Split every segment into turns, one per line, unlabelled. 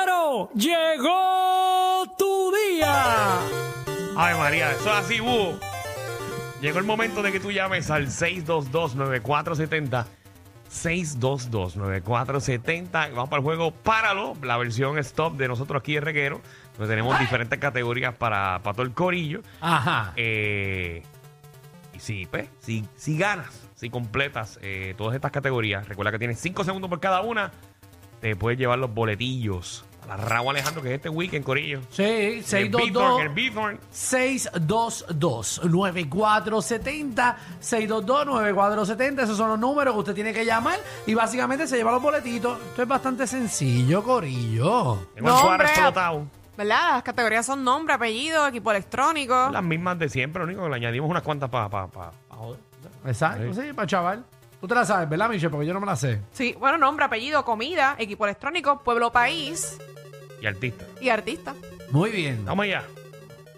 Llegó, llegó tu día.
Ay, María, eso es así, bu. Llegó el momento de que tú llames al 622-9470. 622-9470. Vamos para el juego Páralo, la versión stop de nosotros aquí de Reguero, donde tenemos diferentes categorías para, para todo el corillo.
Ajá.
Eh, y si, pues, si, si ganas, si completas eh, todas estas categorías, recuerda que tienes 5 segundos por cada una, te puedes llevar los boletillos. A la Raúl Alejandro, que es este weekend, Corillo.
Sí,
En el Beathorn, en el
622.
Beathorn.
622-9470 622-9470 Esos son los números que usted tiene que llamar Y básicamente se lleva los boletitos Esto es bastante sencillo, Corillo
Tengo el Suárez
Nombre,
explotado.
¿Verdad? Las categorías son nombre, apellido, equipo electrónico.
Las mismas de siempre, lo único que le añadimos unas cuantas para pa, pa, pa joder.
Exacto,
Sí.
sí, para chaval Tú te la sabes, ¿verdad, Michelle? Porque yo no me la sé
Sí, bueno, nombre, apellido, comida, equipo electrónico, pueblo, país
Y artista.
y artista.
Muy bien
Vamos allá.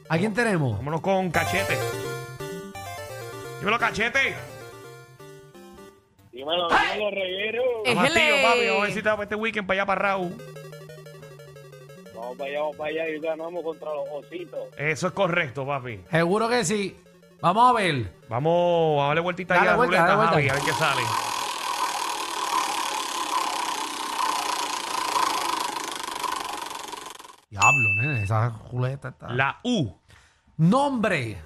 ¿A quién tenemos?
Vámonos con cachete. Dímelo, cachete.
Dímelo, dímelo, reguero.
Eh.
Vamos activo,
Ejele.
papi. Vamos a ver si te vas para este weekend para allá para Raúl.
Vamos para allá, vamos para allá y ganamos contra los ositos.
Eso es correcto, papi.
Seguro que sí Vamos a ver
Vamos a darle vueltita
Dale
ahí a la
vuelta, dale
ruleta,
vuelta.
Javi, a ver qué sale.
Diablo, nene, esa juleta está
La U.
Nombre.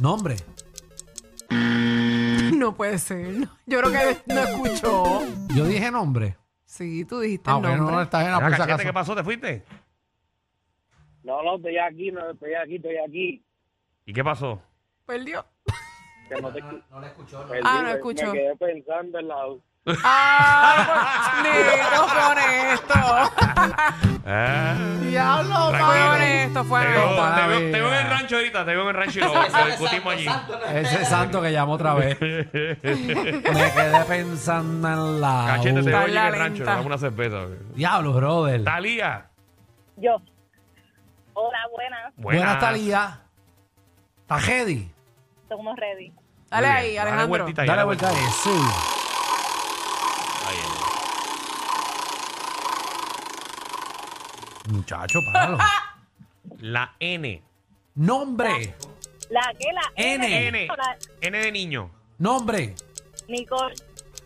Nombre.
Mm.
No puede ser. Yo creo que no escuchó.
Yo dije nombre.
Sí, tú dijiste
Ah,
el
bueno,
nombre.
no está en la
Mira,
por si
cachete, ¿qué
acaso.
pasó? ¿Te fuiste?
No, no, estoy aquí, no, estoy aquí, estoy aquí.
¿Y qué pasó?
Perdió.
Que no, te escu-
Ah, no
me-
escuchó.
Me quedé pensando en la...
Ah, no fue honesto.
Ah,
Diablo,
fue
Tranquilo.
honesto, fue
te, veo,
honesto.
Para
te veo-
vida.
te veo en el rancho ahorita, te veo en el rancho y lo, lo discutimos allí.
Ese santo que llamó otra vez. Me quedé pensando en la.
Cachete, te veo
Tabla
allí en el rancho,
lenta.
dame una cerveza. güey.
Diablo, brother.
Talía.
Yo. Hola, buenas.
Buenas, Talía. Tajedi.
Somos ready.
Dale
Muy bien.
ahí, Alejandro.
vueltita ahí,
Dale vuelta ahí. Sí.
Ahí, ahí.
Muchacho, páralo.
La N.
Nombre.
La que la
N.
N.
Hola,
N de niño.
Nombre.
Nicole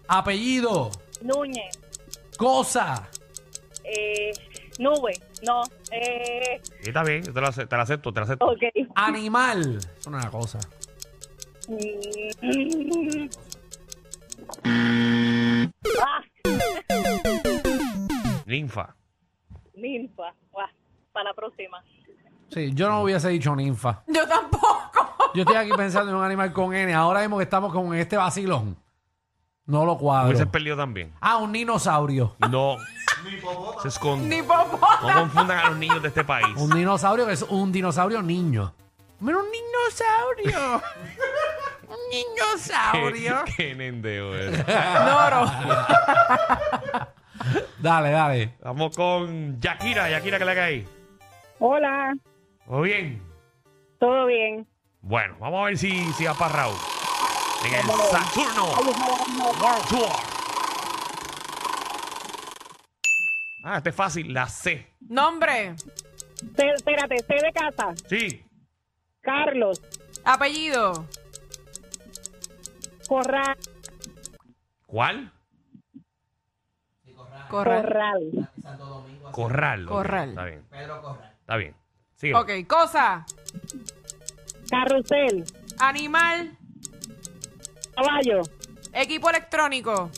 Apellido.
Núñez.
Cosa.
Eh, nube. No. Eh,
Sí, está bien, yo te la, ace- te la acepto, te la acepto.
ok.
Animal. Es una cosa.
Mm. Ah,
Ninfa.
ninfa. Guau, para la próxima.
Sí, yo no hubiese dicho ninfa.
Yo tampoco.
Yo estoy aquí pensando en un animal con N. Ahora mismo que estamos con este vacilón. No lo
Hubiese
cuadro.
perdido también.
Ah, un dinosaurio.
No. Se esconde.
Ni popó.
No confundan a los niños de este país.
Un dinosaurio que es un dinosaurio niño. Mira, un dinosaurio. un dinosaurio.
Qué- Qué nendeo es.
Noro.
Dale, dale.
Vamos con Yakira. Yakira, que le cae?
Hola.
¿Todo bien?
¿Todo bien?
Bueno, vamos a ver si, si ha parrado. En el Saturno World Tour. Ah, este es fácil. La C.
Nombre,
espérate, C de casa.
Sí.
Carlos.
apellido,
Corral.
¿Cuál?
corral.
Corral. ok,
Corral.
Está bien. Pedro Corral. Está bien. Sigue.
Ok, cosa,
Carrusel.
animal,
Caballo.
equipo electrónico.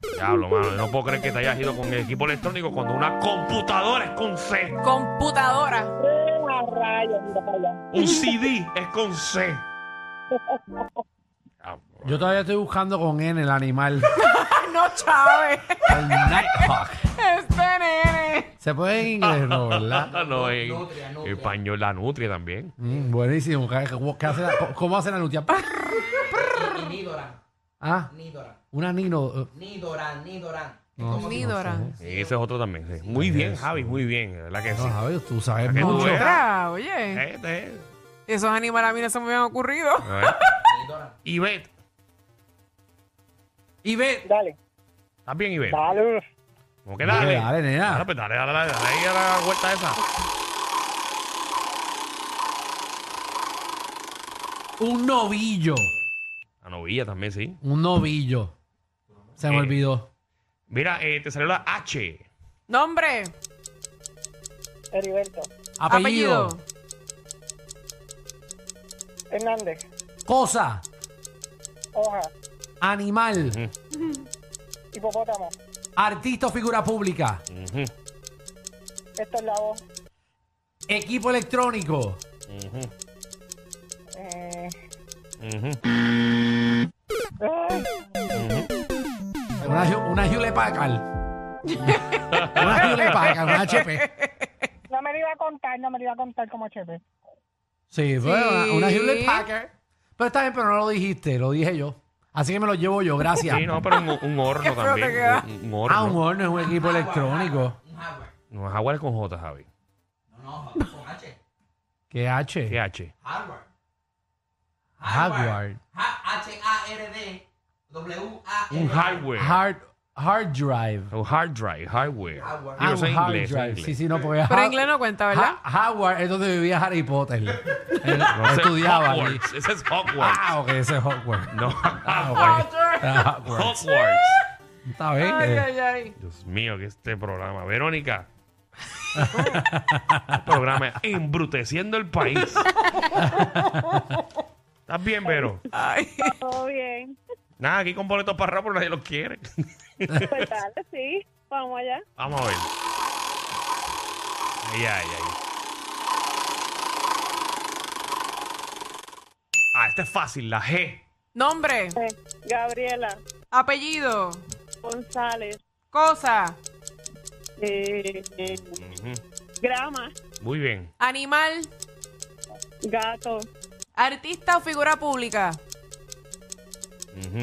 Diablo, mano. No puedo creer que te hayas ido con el equipo electrónico cuando una computadora es con C.
Computadora.
Un CD es con C. Ah,
Yo todavía estoy buscando con N el animal.
Ah, no, Chávez.
El Nighthawk.
Este nene.
Se puede en inglés, ¿no? ¿Verdad?
no, en
Eh,
español la nutria también.
Mm, buenísimo. ¿Qué- qué hace la- ¿Cómo hace la lucha?
Nidoran,
Ah,
Nidoran,
una nino. eh,
Nidoran, Nidoran.
Nidora.
Y ese es otro también. sí. Muy bien, Javi, muy bien. de ¿Verdad que sí?
No, Javier, tú sabes
Qué
mucho.
duro.
Otra, oye.
Este es.
Esos animales a mí no se me habían ocurrido.
A ver.
Doran.
Ivette.
Ivette.
Dale.
¿Estás bien, Ivette?
Dale.
¿Cómo que dale?
Dale, dale, nena.
Dale, pues dale, dale, dale, dale ahí a la vuelta esa. pues.
Un novillo.
La novilla también, sí.
Un novillo. Se
Eh.
me olvidó.
Mira, eh, te salió la H.
Nombre.
Heriberto.
Apellido.
Hernández.
Cosa.
Hoja.
Animal.
Hipopótamo.
Artista o figura pública.
Ujú,
Esto es la voz.
Equipo electrónico.
ujú,
Eh,
ujú.
ay,
Una, Hue- una Hewlett Packard. una Hewlett Packard, una HP.
no me lo iba a contar, no me lo iba a contar como HP.
Sí, fue una, una
Sí.
Hewlett Packard. Pero está bien, pero no lo dijiste, lo dije yo. Así que me lo llevo yo, gracias.
Sí, no, pero un, un horno
Qué feo te
también.
queda.
Un, un horno.
Ah, un horno es un equipo
Hardware,
electrónico.
hardware, Un hardware.
No, jaguar con J, Javi.
No, no, con H.
¿Qué
¿Qué
H?
H?
Hardware.
Hardware.
Ha- H-A-R-D. W-A-R.
Un hardware.
Hard, hard drive.
Un hard drive, hardware.
Hardware.
Digo,
Ah,
eso
un
es
hard
inglés, eso es
drive.
inglés.
Sí, sí, no, porque
Pero
ha-
inglés no cuenta, ¿verdad?
ha- Howard es donde vivía Harry Potter. Él
No, ese es
estudiaba allí.
Hogwarts. Ese es Hogwarts.
Ah, ok, ese es Hogwarts.
No,
Ah, ok. Ah, Hogwarts.
Hogwarts.
Está bien.
Ay,
eh.
ay, ay.
Dios mío, que este programa. Verónica. este programa es embruteciendo el país. ¿Estás bien, Vero?
Ay.
Todo bien.
Nada, aquí con boletos para rap, pero nadie los quiere.
Pues dale, sí. Vamos allá.
Vamos a ver. Ay, ay, ay. Ah, esta es fácil, la G.
Nombre.
Eh, Gabriela
Apellido.
González.
Cosa.
eh, eh,
Ujú.
grama.
Muy bien.
Animal.
Gato.
Artista o figura pública.
Ujú.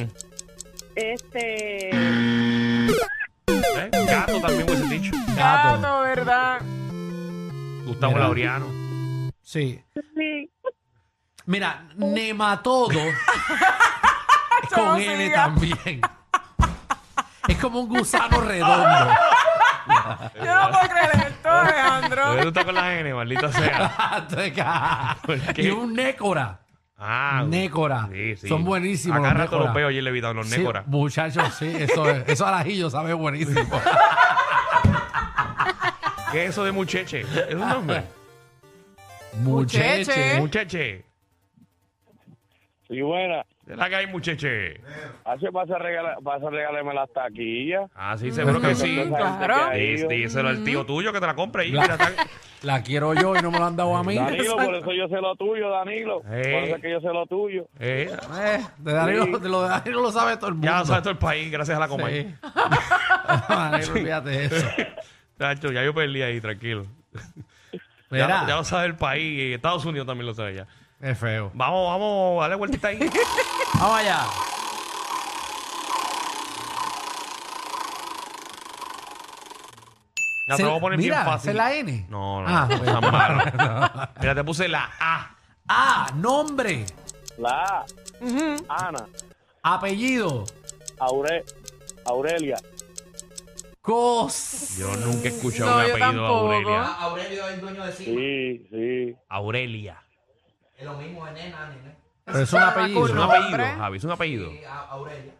Este.
¿Eh? Gato también hubiese dicho.
Gato.
Gato, ¿verdad?
Gustavo
Mira.
Laureano.
Sí.
Sí.
Mira, nematodo es
No
con N
siga.
también. Es como un gusano redondo.
Yo no puedo creer esto,
¿Por qué
Alejandro.
tú estás con la N, maldita sea? ¿Por qué?
y un nécora.
Ah,
Nécora. Son buenísimos
A cada
los
rato los
nécora.
veo y le he evitado los
Sí,
nécora.
muchachos, sí, eso, es- eso al ajillo sabe buenísimo.
¿Qué es eso de mucheche? Es un nombre.
Mucheche.
Mucheche.
mucheche.
Sí, buena.
De la que hay mucheche.
Hace vas a, regalar, vas a regalarme las taquillas.
Ah,
Mm.
sí, seguro que sí.
Con toda esa gente
claro.
que ha
Dí-
ido.
Díselo al tío tuyo que te la compre ahí.
La-
Mira, está-
La quiero yo y no me lo han dado a mí.
Danilo, por eso yo sé lo tuyo, Danilo. Por eso es que yo sé lo tuyo.
eh,
Eh, de Danilo, de lo de Danilo lo sabe todo el mundo.
ya lo sabe todo el país, gracias a la coma.
Sí. Danilo, olvídate de eso.
Tacho, ya yo perdí ahí, tranquilo. Ya,
Mira,
ya lo sabe el país y Estados Unidos también lo sabe ya.
es feo.
Vamos, vamos, dale vueltita ahí.
Vamos allá.
Ya te
Se-
lo voy a poner
mira,
bien fácil.
¿es la N?
No, no,
Ah,
no,
bueno.
tan malo. Mira, te puse la A.
A, Ah, nombre,
La A, Ana,
apellido,
Aure, Aurelia,
cos.
Yo nunca he escuchado
No,
un
yo
apellido
tampoco.
Aurelia.
Ah, Aurelio es el dueño de Sigma.
sí, sí,
Aurelia.
Es lo mismo, es nena, nena.
Pero es un apellido.
Es un
No,
apellido,
hombre.
Javi, es un apellido.
Sí, a- Aurelia.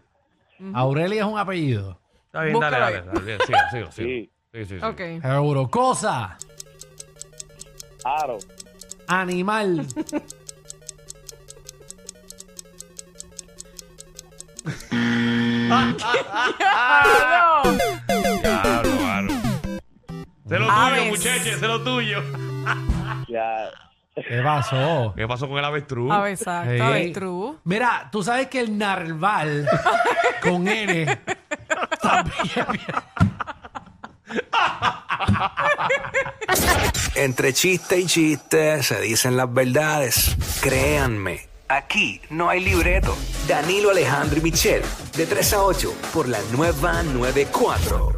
Aurelia es un apellido.
Está bien,
Búscalo
dale,
ahí.
dale, dale. Siga, siga, siga.
Sí.
Sí, sí, sí.
Ok.
Seguro. Cosa,
Aro,
animal.
Ah, no.
Diablo, mano. Sé lo
Aves.
tuyo, muchachos, sé lo tuyo.
ya,
¿Qué pasó?
¿Qué pasó con el avestruz?
A ver, exacto,
Hey.
a ver, true.
Mira, tú sabes que el narval con N también
Entre chiste y chiste se dicen las verdades. Créanme, aquí no hay libreto. Danilo Alejandro y Michel, de 3 a 8, por la nueva 94.